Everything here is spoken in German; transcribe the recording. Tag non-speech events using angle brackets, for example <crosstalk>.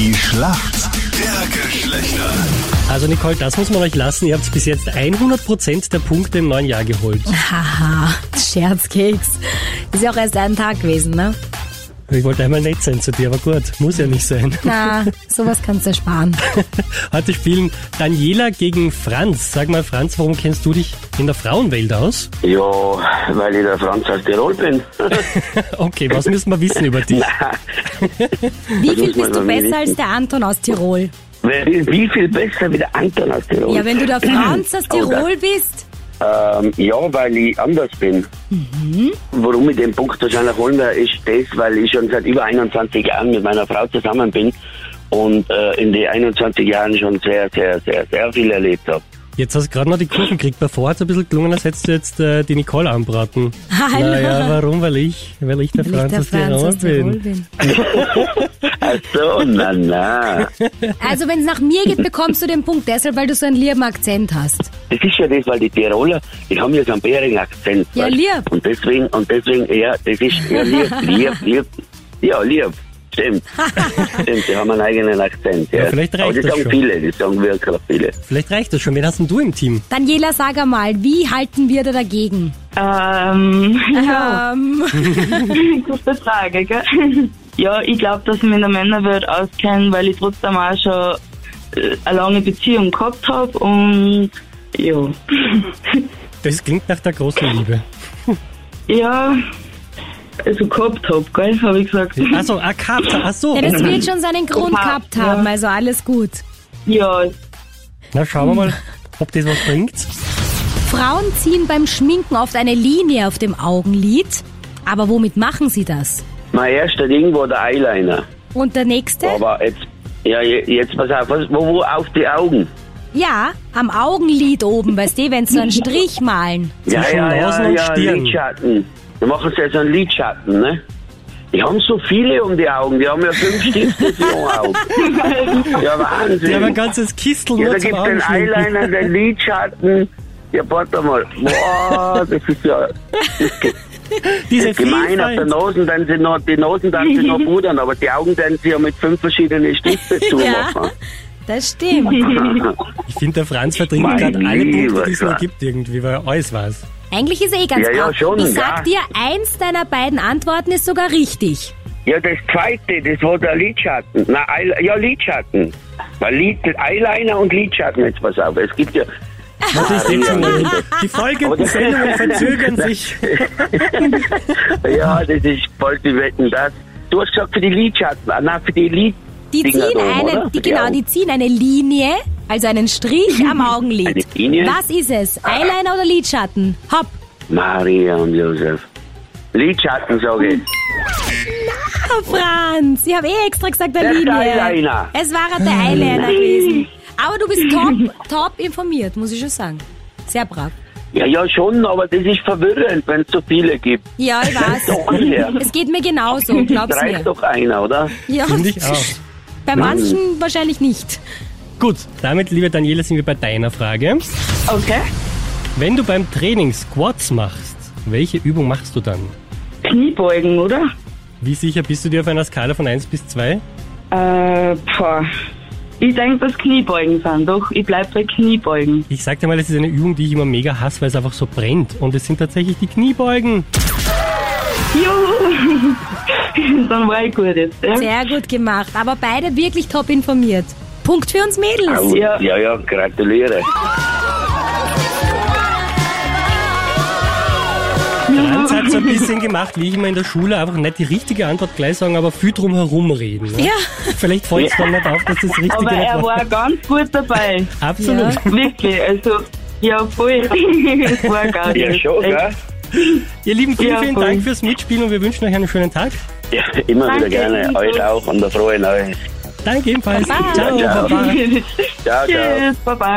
Schlacht der Geschlechter. Also Nicole, das muss man euch lassen. Ihr habt bis jetzt 100% der Punkte im neuen Jahr geholt. Haha, Scherzkeks. Ist ja auch erst ein Tag gewesen, ne? Ich wollte einmal nett sein zu dir, aber gut, muss ja nicht sein. Na, <laughs> sowas kannst du ersparen. Heute spielen Daniela gegen Franz. Sag mal, Franz, warum kennst du dich in der Frauenwelt aus? Ja, weil ich der Franz aus <laughs> Tirol bin. Okay, was müssen wir wissen über dich? Wie viel muss man bist du aber nicht besser als der Anton aus Tirol? Wer ist wie viel besser wie der Anton aus Tirol? Ja, wenn du der Franz aus Oh, da- Tirol bist. Ähm, ja, weil ich anders bin. Mhm. Warum ich den Punkt wahrscheinlich holen werde, ist das, weil ich schon seit über 21 Jahren mit meiner Frau zusammen bin und äh, in den 21 Jahren schon sehr, sehr, sehr, sehr viel erlebt habe. Jetzt hast du gerade noch die Kurven gekriegt. Bei Vorher hat es ein bisschen gelungen, als hättest du jetzt äh, die Nicole anbraten. Hallo. Naja, warum? Weil ich, weil ich der Weil ich Franz der aus Tirol Franz aus Tirol bin. bin. Ach so, na, na. Also wenn es nach mir geht, bekommst du den Punkt deshalb, weil du so einen lieben Akzent hast. Das ist ja das, weil die Tiroler, die haben ja so einen Bering-Akzent. Ja, weißt? lieb. Und deswegen, und deswegen, ja, das ist, ja, lieb, <laughs> lieb, lieb. Ja, lieb. Stimmt. Stimmt, die haben einen eigenen Akzent. Ja, Ja, vielleicht reicht Aber das das sagen schon. viele, das sagen wirklich viele. Vielleicht reicht das schon. Wen hast denn du im Team? Daniela, sag einmal, wie halten wir da dagegen? Ähm, <laughs> ja, Ähm, <laughs> gute Frage, gell? <laughs> Ja, ich glaube, dass ich mich in der Männerwelt auskenne, weil ich trotzdem auch schon äh, eine lange Beziehung gehabt habe und ja. <laughs> Das klingt nach der großen Liebe. ja, also gehabt habe, gell, habe ich gesagt. Achso, ah, Kapta, achso. ja, das wird schon seinen Grund Ja. gehabt haben, also alles gut. <laughs> Ja, Na, schauen wir mal, ob das was bringt. Frauen ziehen beim Schminken oft eine Linie auf dem Augenlid. Aber womit machen sie das? Mein erster Ding war der Eyeliner. Und der nächste? Aber jetzt, ja, je- jetzt pass auf, was, wo, wo, auf die Augen. Ja, am Augenlid oben, weißt du, wenn sie so einen Strich <laughs> malen. Ja, Zwischen ja, Nasen ja, und ja, Stirn. Lidschatten. Da machen sie ja so einen Lidschatten, ne? Die haben so viele um die Augen, die haben ja fünf Stifte für die Augen. <laughs> Ja, Wahnsinn. Die haben ein ganzes Kistel Ja, da nur gibt zum es den Augenschminken. <laughs> Eyeliner, den Lidschatten. Ja, warte mal. Boah, das <laughs> ist ja Diese gemein. Auf der Vielfalt. Nase, dann sind noch, die Nasen dann sind <laughs> noch pudern, aber die Augen dann sie ja mit fünf verschiedenen Stiften zumachen. Das stimmt. Ich finde, der Franz verdringt Mein gerade alle Punkte, lieber Ah, die es noch Schatz. gibt irgendwie, weil er alles weiß. Eigentlich ist er eh ganz Ja, ja, brav. schon, Ich sag ja. dir, eins deiner beiden Antworten ist sogar richtig. Ja, das zweite, das war der Lidschatten. Na, Eyel- ja, Lidschatten. Weil Lid, Eyeliner und Lidschatten, jetzt pass auf. Es gibt ja. Das ist jetzt schon mal hin. Die Aber folgenden das- Sendungen <laughs> verzögern sich. Ja, das ist voll die Wetten, das. Du hast gesagt für die Lidschatten, ah, nein, für die Lid. Die Dinger ziehen da oben, einen, oder? die, genau, Augen. die ziehen eine Linie, also einen Strich am Eine Augenlid. Linie? Was ist es? Eyeliner oder Lidschatten? Hopp. Maria und Josef. Lidschatten, sage ich. Ah, Franz, ich habe eh extra gesagt, eine Der Linie. Eyeliner. Es war halt der Eyeliner gewesen. Aber du bist top, top informiert, muss ich schon sagen. Sehr brav. Ja, ja, schon, aber das ist verwirrend, wenn es so viele gibt. Ja, ich <laughs> Doch, weiß. her. Es geht mir genauso, glaub's Reicht mir. doch einer, oder? Ja, Finde ich auch. bei manchen wahrscheinlich nicht. Gut, damit, liebe Daniela, sind wir bei deiner Frage. okay. Wenn du beim Training Squats machst, welche Übung machst du dann? Kniebeugen, oder? Wie sicher bist du dir auf einer Skala von 1 bis 2? Äh, boah. Ich denke, dass Kniebeugen sind, doch ich bleib bei Kniebeugen. <laughs> Ich sag dir mal, das ist eine Übung, die ich immer mega hasse, weil es einfach so brennt. Und es sind tatsächlich die Kniebeugen. Juhu! <laughs> Dann war ich gut jetzt. Ja. Sehr gut gemacht, aber beide wirklich top informiert. Punkt für uns Mädels. Ja, Ja. ja, ja gratuliere. Franz hat so ein bisschen gemacht, wie ich immer in der Schule, einfach nicht die richtige Antwort gleich sagen, aber viel drum herumreden. Ne? Ja. Vielleicht fällt es dann nicht auf, dass das Richtige Aber nicht er war ganz gut dabei. Absolut. Ja. Wirklich, also, ja, voll. <laughs> Es war gar Ja, nicht. schon, gell? Ihr Lieben, vielen, Ja, vielen voll. Dank fürs Mitspielen und wir wünschen euch einen schönen Tag. Ja, immer wieder Danke, gerne. ebenso. Euch auch und der frohe Neues. Danke ebenfalls. Ciao. Ja, ciao. Baba. Tschüss, Ciao, ciao. Baba.